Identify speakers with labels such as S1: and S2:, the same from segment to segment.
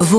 S1: Vous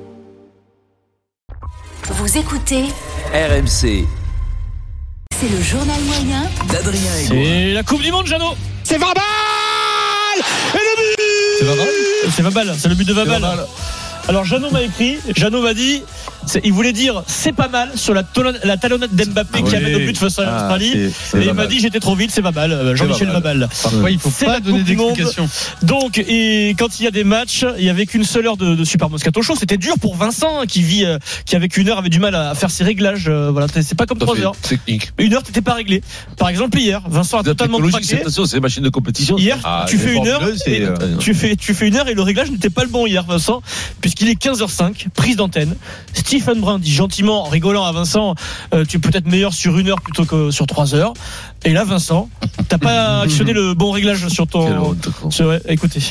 S1: Vous écoutez,
S2: RMC
S1: c'est le journal moyen
S2: d'Adrien Egoin.
S3: Et la Coupe du Monde, Jeannot
S4: C'est Vabal Et le but
S3: C'est Vabal C'est Vabal, c'est le but de Vabal.
S4: Vabal.
S3: Alors Jeannot m'a écrit, Jeannot m'a dit, c'est- il voulait dire c'est pas mal sur la, tolon- la talonnade d'Mbappé qui
S4: Oui.
S3: amène au but face à
S4: Ah,
S3: l'Australie.
S4: c'est- c'est
S3: et il m'a
S4: Vabal.
S3: dit j'étais trop vite, c'est Vabal, euh, Jean-Michel
S4: Vabal.
S3: Vabal.
S4: Parfois, il faut
S3: C'est la Coupe du Monde. Donc, et quand il y a des matchs, il y avait qu'une seule heure de, de Super Moscato Show. C'était dur pour Vincent hein, qui vit, euh, qui avec une heure avait du mal à faire ses réglages. euh, voilà, c'est- c'est pas comme
S5: Tout à
S3: trois
S5: fait.
S3: heures.
S5: Technique.
S3: Une heure, t'étais pas réglé. Par exemple, hier, Vincent a
S5: La
S3: totalement
S5: technologie,
S3: craqué.
S5: c'est attention, c'est les machines de compétition.
S3: Hier,
S4: Ah,
S3: tu
S4: les
S3: fais une heure,
S4: Formule deux, c'est,
S3: et-
S4: euh,
S3: tu fais, tu fais une heure et le réglage n'était pas le bon hier, Vincent, puisqu'il est 15h05, prise d'antenne. Stephen Brun dit gentiment, en rigolant à Vincent, euh, tu es peut-être meilleur sur une heure plutôt que sur trois heures. Et là, Vincent, t'as pas actionné le bon réglage sur
S5: Quelle
S3: ton.
S5: honte, quoi.
S3: sur- ouais, écoutez,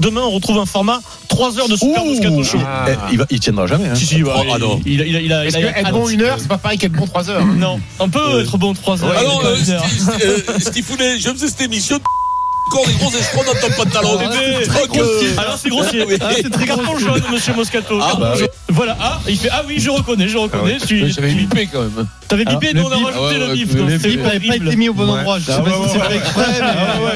S3: demain on retrouve un format 3 heures de Super
S4: Ouh.
S3: Moscato Show.
S6: euh,
S4: Eh, il, va- il tiendra jamais. hein.
S3: Si, si, ouais,
S5: Ah,
S3: il-
S5: non.
S3: il, il, il a- il
S7: Parce
S3: a-
S7: que
S3: il a-
S7: être bon une heure, c'est pas pareil qu'être bon trois heures.
S3: Non, on peut être bon 3 heures.
S8: Alors,
S3: mais
S8: euh,
S3: pas une heure.
S8: Steve- euh, Steve Foulet, j'aime cette émission. Encore des gros escrocs dans ton pantalon.
S3: Ah, mais-
S8: Très grossier.
S3: Alors c'est grossier. Ah, c'est très carton jaune, monsieur Moscato.
S8: Ah,
S3: Carton
S8: bah oui.
S3: jaune. Voilà. Ah, il fait Ah oui, je reconnais, je reconnais. je suis-
S5: J'avais bipé quand même.
S3: T'avais bipé,
S4: Ah,
S3: nous
S4: le
S3: on a
S4: bip.
S3: rajouté
S5: Ah ouais,
S3: le
S5: ouais,
S3: bip.
S5: le
S3: donc
S5: bip,
S3: c'est
S5: il
S3: horrible.
S7: au bon endroit. Je sais pas si c'est fait exprès,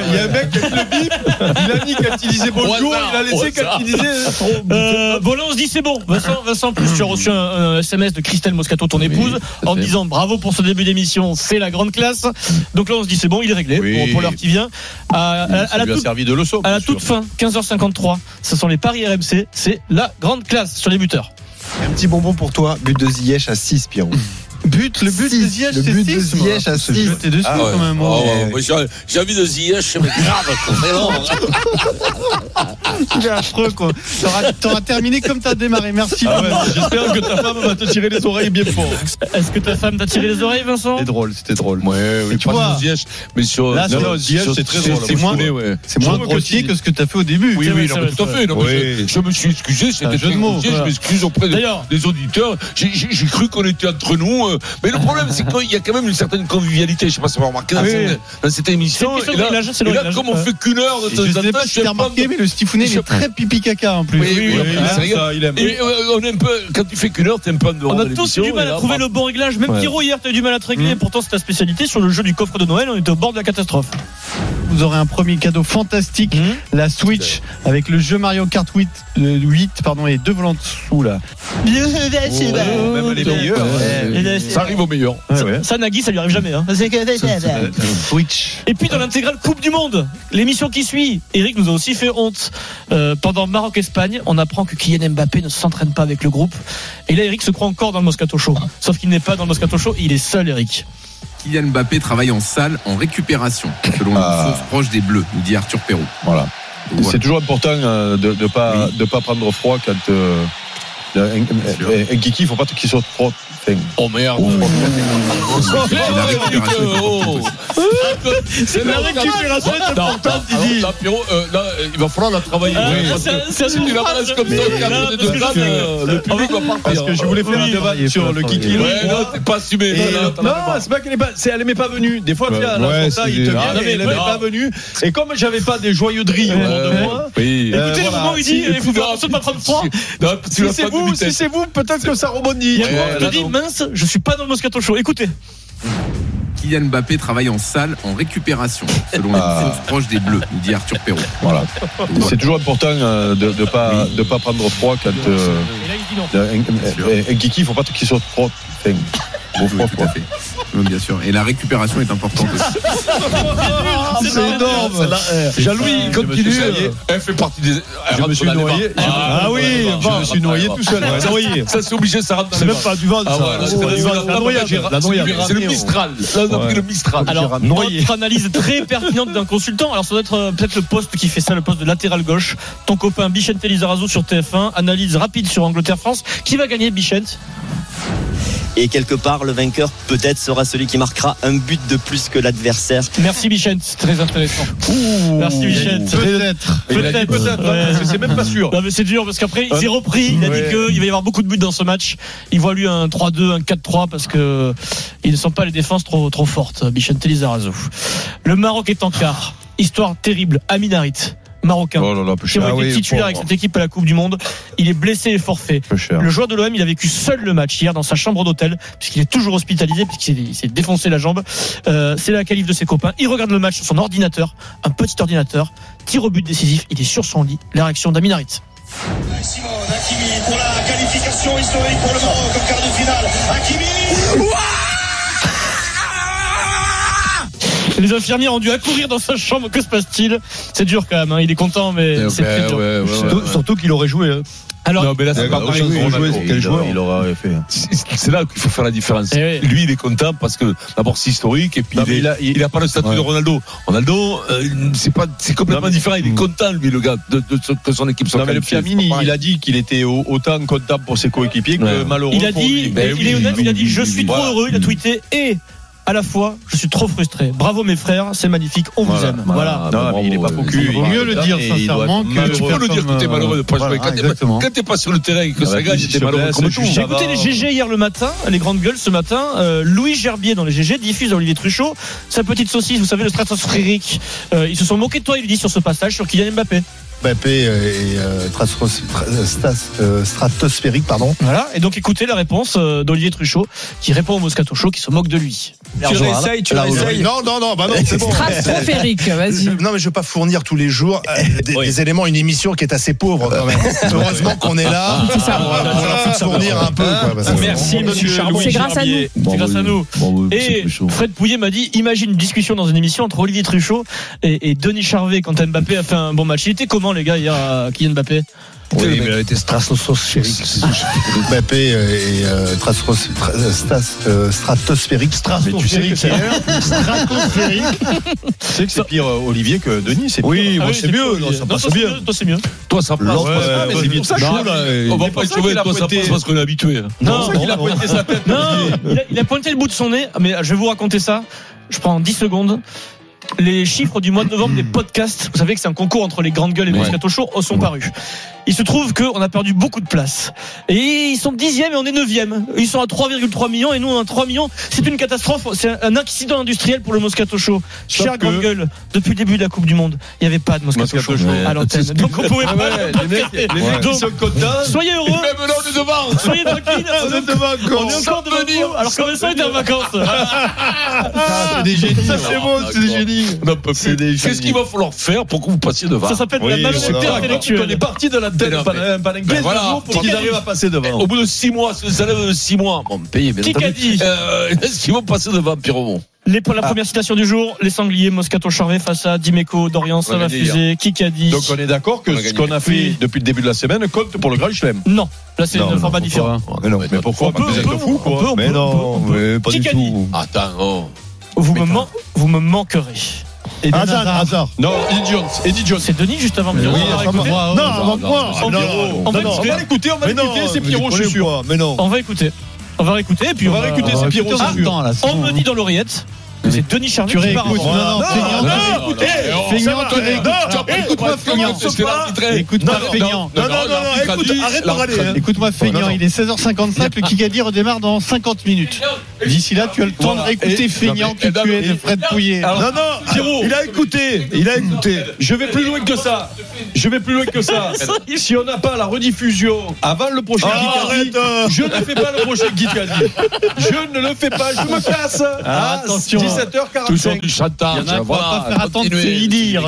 S4: Il y a un mec avec le bip, il a mis quand il disait bonjour,
S8: hasard,
S4: il a laissé hein.
S8: au
S4: quand il disait trop.
S3: Euh, bon là on se dit c'est bon Vincent, Vincent en plus tu as reçu un, un SMS de Christelle Moscato ton
S5: Oui,
S3: épouse
S5: tout à
S3: en
S5: fait.
S3: disant bravo pour ce début d'émission c'est la grande classe donc là on se dit c'est bon il est réglé
S4: Oui.
S3: pour, pour l'heure qui vient à, à- à
S4: Ça
S3: la
S4: lui a
S3: toute
S4: servi de leçon.
S3: à la
S4: bien sûr.
S3: toute fin 15h53 ce sont les paris RMC c'est la grande classe sur les buteurs
S6: Un petit bonbon pour toi, but de Ziyech à 6, Pierrot. But, le but de Ziyech, Le but de Ziyech à 6.
S8: Ah ouais. Ah ouais,
S6: ouais.
S8: moi, j'ai- J'ai envie de ZIH, mais grave, quoi. Vraiment. hein.
S7: Il est affreux, quoi. T'auras- T'auras terminé comme t'as démarré. Merci.
S4: Ah ouais, J'espère que ta femme va te tirer les oreilles bien fort.
S3: est-ce que ta femme t'a tiré les oreilles Vincent
S6: C'était drôle, c'était drôle.
S5: Ouais, oui,
S7: tu vois.
S5: pas sur Ziyech, mais sur.
S7: Là,
S5: non,
S7: sur
S5: non,
S4: Ziyech,
S5: sur-
S4: c'est très
S5: sur-
S4: drôle,
S5: C'est
S4: moi,
S5: moins,
S4: je trouve.
S5: ouais.
S7: C'est moins grossier que ce que t'as fait au début.
S5: Oui,
S3: C'est vrai,
S5: oui,
S3: c'est
S5: non,
S3: vrai,
S5: mais tout à
S3: c'est
S5: fait. non, mais
S4: Oui.
S5: je- Je me suis excusé, c'était
S7: un jeu
S5: très
S7: de mots,
S5: grossier, je
S7: voilà.
S5: m'excuse auprès de-
S3: euh, D'ailleurs.
S5: des auditeurs. J'ai- J'ai j'ai cru qu'on était entre nous, euh, mais le problème, c'est qu'il y a quand même une certaine convivialité, je sais pas si vous avez remarqué, dans
S3: Oui.
S5: cette- dans cette émission.
S3: C'est une question
S5: Et
S3: de
S5: là-
S3: réglage, c'est le euh,
S5: et là,
S3: réglage.
S5: comme on fait qu'une heure de
S7: Et Je
S5: temps en
S7: sais
S5: temps,
S7: pas
S5: je
S7: si
S5: sais
S7: t'as
S5: pas.
S7: remarqué, mais le Stifounet, il est très pipi caca en plus.
S5: Oui, oui, oui,
S4: Ah,
S5: c'est rigolo.
S4: ça, il aime bien.
S5: Et euh, on est un peu, quand tu fais qu'une heure, t'es un peu en dehors
S3: On a
S5: de
S3: tous eu
S5: l'émission,
S3: du mal
S5: et
S3: à
S5: là, bah,
S3: trouver le bon réglage. Même
S5: Ouais.
S3: Pierrot, hier, t'as eu du mal à te
S4: Mmh.
S3: régler. Pourtant, c'est ta spécialité. Sur le jeu du coffre de Noël, on était au bord de la catastrophe.
S7: Vous aurez un premier cadeau
S4: Mmh.
S7: fantastique, la Switch, avec le jeu Mario Kart 8, euh, 8 pardon, et deux volants dessous là.
S5: Bah,
S4: Oh, Même les meilleurs.
S3: Et-
S5: Ça arrive au meilleur.
S3: Ça, ça, Nagui, ça lui arrive jamais. hein.
S7: Switch.
S3: Et puis, dans l'intégrale Coupe du Monde, l'émission qui suit, Eric nous a aussi fait honte. Euh, pendant Maroc-Espagne, on apprend que Kylian Mbappé ne s'entraîne pas avec le groupe. Et là, Eric se croit encore dans le Moscato Show. Sauf qu'il n'est pas dans le Moscato Show, il est seul, Eric.
S9: Kylian Mbappé travaille en salle en récupération, selon
S4: Ah.
S9: une source proche des Bleus, nous dit Arthur Perrault.
S4: Voilà.
S9: Donc voilà.
S4: C'est toujours important euh, de ne pas, de pas prendre froid quand. euh, un- un- Un un kiki, il ne faut pas qu'il soit trop. enfin,
S5: Oh merde.
S4: Oh,
S9: La récupération est importante aussi.
S5: C'est la récupération est importante,
S4: Ah
S5: Didi. Là, Pierrot, euh, là, euh, il va falloir la travailler.
S3: Ah, ça,
S5: Oui, parce que
S3: c'est- c'est
S5: si tu la balances
S3: une
S5: comme ça,
S3: phrase.
S5: au
S3: Là,
S5: cadre de
S3: parce que
S5: deux
S3: là,
S5: dates,
S3: c'est-
S5: euh, le public va partir.
S4: Parce que je voulais faire un débat sur le kiki.
S5: Ouais, non, t'es pas assumé.
S4: Et
S5: Non, non,
S4: non,
S5: t'en as marre.
S4: c'est pas qu'elle est pas, c'est elle n'est pas venue. Des fois,
S5: Ouais,
S4: tu sais, à la
S5: ouais,
S4: Santa,
S5: c'est
S4: il te
S5: des-
S4: vient,
S5: Ah, non, mais
S4: elle n'est
S5: ouais.
S4: pas venue. Et comme j'avais pas des joyeux drilles autour de
S5: Ouais.
S4: moi,
S5: Oui.
S4: Euh,
S3: Écoutez le
S4: voilà.
S3: moment où il
S5: Si,
S3: dit il faut
S5: non,
S3: faire attention de pas prendre froid.
S5: Non, tu
S4: si
S5: l'as
S4: c'est
S5: pas de
S4: vous, si
S5: vitesse.
S4: c'est vous, peut-être que ça rebondit.
S3: Il y a un moment où
S4: Ouais,
S3: je
S4: là,
S3: te dis
S4: non.
S3: mince, je suis pas dans le Moscato Show. Écoutez.
S9: Kylian Mbappé travaille en salle en récupération, selon
S4: Ah.
S9: une source proche des Bleus, nous dit Arthur Perrault.
S4: Voilà.
S9: Donc voilà.
S4: C'est toujours important euh, de ne pas, de pas prendre froid quand. euh,
S3: Et là, il dit non.
S4: un- Un un kiki, il ne faut pas qu'il soit trop. enfin, Bon,
S9: Oui,
S4: froid,
S9: tout à
S4: quoi.
S9: fait. Oui, bien sûr. Et la récupération est importante aussi.
S4: Ah,
S3: C'est énorme.
S5: Jaloui, il
S4: Je me
S5: continue.
S4: suis noyé.
S5: Elle fait partie des.
S4: Je me suis noyé.
S5: Ah oui,
S4: je me suis noyé tout seul.
S5: Ça,
S4: Noyé.
S5: Ça, c'est obligé, ça rentre dans
S4: C'est
S5: les
S4: même
S5: bras.
S4: pas du vent,
S5: Ah ouais, là,
S4: ça.
S5: c'est
S4: Du vent,
S5: la-
S4: la noyade. La
S5: C'est
S4: noyade.
S5: le- C'est le Mistral. Là, on a
S4: Ouais.
S5: pris le Mistral.
S3: Alors,
S4: Noyer.
S3: notre analyse très pertinente d'un consultant. Alors, ça doit être euh, peut-être le poste qui fait ça, le poste de latéral gauche. Ton copain Bichente Lizarazu sur TF1, analyse rapide sur Angleterre-France. Qui va gagner Bichente
S10: Et quelque part, le vainqueur peut-être sera celui qui marquera un but de plus que l'adversaire.
S3: Merci Michel, c'est très intéressant. Merci Michel.
S7: Peut-être.
S4: Il a dit peut-être, hein,
S3: Ouais.
S4: parce que c'est Euh, même pas sûr.
S3: Non mais c'est dur parce qu'après il s'est repris, il a dit qu'il va y avoir beaucoup de buts dans ce match. Il voit lui un 3-2, un 4-3 parce que ils ne sont pas les défenses trop trop fortes. Bichente Lizarazu. Le Maroc est en quart. Histoire terrible. Amin Harit, marocain,
S4: Oh là là, peu
S3: qui
S4: cher.
S3: aurait
S4: Ah
S3: été
S4: oui,
S3: titulaire
S4: pauvre.
S3: avec cette équipe à la Coupe du Monde. Il est blessé et forfait.
S4: Peu cher.
S3: Le joueur de l'OM, il a vécu seul le match hier dans sa chambre d'hôtel, puisqu'il est toujours hospitalisé, puisqu'il s'est- il s'est défoncé la jambe. Euh, c'est la calife de ses copains. Il regarde le match sur son ordinateur, un petit ordinateur. Tir au but décisif, il est sur son lit. La réaction d'Aminarit.
S11: pour la qualification historique pour le Maroc en quart de finale. Hakimi
S3: Les infirmières ont dû accourir dans sa chambre. Que se passe-t-il C'est dur quand même, hein. il est content, mais
S4: Eh
S3: c'est
S4: ben,
S3: très dur.
S4: ouais, ouais,
S7: Surtout,
S4: ouais.
S7: surtout qu'il aurait joué. euh,
S3: Alors,
S5: Non, mais là, c'est pas
S4: Ils
S5: pareil.
S4: auront
S5: Ronaldo.
S4: joué, c'est quel
S5: Il
S4: joueur Il aura fait.
S5: C'est c'est là qu'il faut faire la différence.
S3: Eh oui.
S5: Lui, il est content parce que d'abord c'est historique et puis
S4: Non, mais
S5: il,
S4: il
S5: n'a
S4: a- il-
S5: pas le statut
S4: Ouais.
S5: de Ronaldo. Ronaldo, euh, c'est pas, c'est complètement
S4: Non, mais-
S5: différent. Il
S3: Mm.
S5: est content lui, le gars, de, de ce- que son équipe soit
S4: Non, mais le
S5: qualifiée.
S4: Piamini, il a dit qu'il était au- autant comptable pour ses coéquipiers que
S5: Ouais.
S4: malheureux.
S3: il a
S4: pour
S3: dit,
S4: lui.
S3: il est
S5: Ben oui,
S3: honnête, il a
S5: oui,
S3: dit Je
S5: oui,
S3: suis
S5: oui,
S3: trop
S5: voilà.
S3: heureux, il a tweeté et à la fois, je suis trop frustré. Bravo mes frères, c'est magnifique, on vous
S4: Voilà,
S3: aime. Voilà.
S4: Non, mais il est pas
S5: Ah, ben, Bravo,
S4: faux cul.
S7: Il vaut mieux le dire
S4: Et il doit
S7: sincèrement que-
S4: être
S5: Tu
S4: malheureux. euh,
S5: peux le dire que t'es malheureux de pas jouer.
S7: Voilà,
S5: Quand t'es pas-
S7: exactement.
S5: Quand t'es pas sur le terrain et que
S4: Ah
S5: ça
S4: bah,
S5: gagne,
S4: si,
S5: t'es
S4: je
S5: malheureux
S4: blesse,
S5: comme
S4: je
S5: tout. hein.
S4: suis
S3: J'ai écouté les GG hier le matin, les grandes gueules ce matin. Euh, Louis Gerbier dans les GG diffuse à Olivier Truchot sa petite saucisse, vous savez, le stratosphérique. Euh, ils se sont moqués de toi, il dit, sur ce passage sur Kylian Mbappé.
S11: Mbappé est euh, tratros- tra- euh, stas- euh, stratosphérique, pardon.
S3: Voilà. Et donc écoutez la réponse euh, d'Olivier Truchot qui répond au Moscato Show qui se moque de lui.
S11: Tu réessayes, tu réessayes. Non, non, non, bah non, c'est bon.
S12: Stratosphérique,
S11: Je-
S12: vas-y.
S11: non, mais je veux pas fournir tous les jours euh, des, des éléments, une émission qui est assez pauvre quand même. Heureusement qu'on est là pour, pour leur
S4: Ah,
S11: fournir un peu. quoi, parce que-
S3: Merci euh, monsieur
S12: Charbon.
S3: Louis
S12: C'est grâce à
S3: Gerbier.
S4: Bon,
S3: C'est grâce
S4: oui.
S3: à nous.
S4: Bon, oui, c'est
S3: Et
S4: plus chaud.
S3: Fred Pouillet m'a dit imagine une discussion dans une émission entre Olivier Truchot et, et Denis Charvet quand Mbappé a fait un bon match. Il était comment les gars hier à Kylian Mbappé
S4: Oui, mais-
S11: était Mbappé est euh, tratros- tra- euh, stas- euh, stratosphérique.
S4: Mais tu sais que c'est Tu sais que c'est pire euh, Olivier que Denis, c'est Oui,
S3: Ah oui, toi, Olivier. Non, toi, c'est Toi c'est mieux.
S5: Toi, ça passe.
S4: L'autre
S5: Ouais,
S4: passe pas,
S5: ouais,
S4: mais
S5: ouais.
S4: c'est pour ça que
S5: Non,
S4: je suis là.
S5: là, On va
S4: C'est
S5: pas
S4: pour
S5: être
S4: ça
S5: joué,
S4: qu'il a
S5: toi, ça
S4: pointé-
S5: passe parce qu'on est habitué. hein.
S3: Non,
S4: il
S5: Oh,
S4: a pointé sa tête.
S3: Non, il a, il a pointé le bout de son nez, Ah, mais je vais vous raconter ça. Je prends 10 secondes. Les chiffres du mois de novembre des podcasts, vous savez que c'est un concours entre les grandes gueules et les
S5: Ouais.
S3: Moscato Show, sont parus. Il se trouve qu'on a perdu beaucoup de places. Et ils sont dixièmes et on est neuvième. Ils sont à 3,3 millions et nous on est à 3 millions. C'est une catastrophe, c'est un- un accident industriel pour le Moscato Show. Cher
S4: que-
S3: grande gueule, depuis le début de la Coupe du Monde, il n'y avait pas de Moscato,
S4: Moscato
S3: Show
S4: Show,
S3: à
S4: ouais.
S3: l'antenne. Donc on pouvait
S5: Ah
S3: pas le podcaster. Donc, soyez heureux,
S5: Même là, on est devant.
S3: soyez tranquilles. on est
S5: Ah,
S3: on est encore de venir alors que Vincent était en vacances. Ah,
S4: C'est des génies. Ça, c'est bon, c'est des génies.
S5: On n'en peut
S4: C'est
S5: plus.
S4: des
S5: Qu'est-ce
S4: génies.
S5: qu'il va falloir faire pour que vous passiez devant
S3: Ça s'appelle de la
S4: Oui,
S3: malhonnêteté
S4: voilà.
S3: intellectuelle.
S5: parti de la
S4: Pas
S5: Ben voilà,
S4: pour qu'ils arrivent à passer devant.
S5: Au bout de 6 mois, si vous de 6 mois, bon, payez, bien
S3: Qui
S5: entendu.
S3: qu'a dit
S5: Euh, Est-ce qu'ils vont passer devant Pierrot
S3: Les- pour la première citation du jour, les sangliers, Moscato Charvet face à Dimeco, Dorian, ça
S5: On a
S3: va
S5: gagné
S3: fuser, Kikadi.
S4: Donc on est d'accord que
S5: On a
S4: ce
S5: gagné.
S4: qu'on a fait
S3: Oui.
S4: depuis le début de la semaine compte pour le Grand Chelem.
S3: Non, là c'est
S4: Non,
S3: un
S4: non,
S3: format différent.
S4: Mais non, mais pourquoi
S3: On peut,
S4: Vous
S3: on
S4: êtes
S3: peut,
S4: fous,
S3: on peut, on
S4: quoi.
S3: peut, on peut, on peut.
S4: mais
S3: Qui qu'a dit
S5: Attends, oh.
S3: Vous me, man- vous me manquerez.
S7: Eden
S11: Hazard,
S7: Hazard.
S11: Hazard.
S4: Non, Eddie Jones, Eddie Jones.
S3: C'est Denis juste avant. mais on
S11: Oui,
S3: va
S11: avant
S3: écouter.
S11: moi,
S7: Ah,
S11: Non,
S7: ouais.
S11: avant moi.
S4: Ah,
S11: Non,
S4: Pierrot.
S11: non,
S3: On va
S11: non,
S3: écouter.
S4: va l'écouter, on va
S11: Mais non,
S4: l'écouter, c'est
S11: vous
S4: Pierrot, je suis
S11: déconnez ou pas
S4: sûr.
S11: Mais non.
S3: On va écouter. On va réécouter et puis
S4: On va réécouter, c'est Pierrot,
S7: Ah,
S4: c'est sûr.
S7: attends, là, c'est
S3: On me
S7: bon.
S3: dit dans l'oreillette que c'est Denis Charvet
S7: Tu
S3: qui part.
S7: réécoutes.
S3: avant.
S7: Non, non,
S11: Voilà.
S7: feignant,
S11: Non,
S7: t'as-
S5: non, écoutez,
S7: feignant,
S11: va,
S7: t'as-
S11: eh, non,
S7: t'as-
S11: eh,
S5: Écoute-moi, Feignant, parce que l'arbitre est-
S7: Écoute-moi, feignant.
S11: Non, non, non, non, écoute, arrête de râler. hein.
S7: Écoute-moi, Feignant, il est 16h55. Le Kikadi redémarre dans 50 minutes. D'ici là, tu as le temps de réécouter Feignant que tu es de Fred Pouillet.
S4: Non, non, il a écouté, il a écouté. Je vais plus loin que ça. Je vais plus loin que ça. Si on n'a pas la rediffusion avant le prochain Kikadi,
S7: hein.
S4: je ne fais pas le prochain Kikadi. Je ne le fais pas, je me casse.
S7: Ah, attention.
S4: à
S5: Toujours
S4: 17h45.
S5: du chantage.
S7: Il y en a qui vont pas faire attendre,
S5: continuez.
S7: c'est Idir.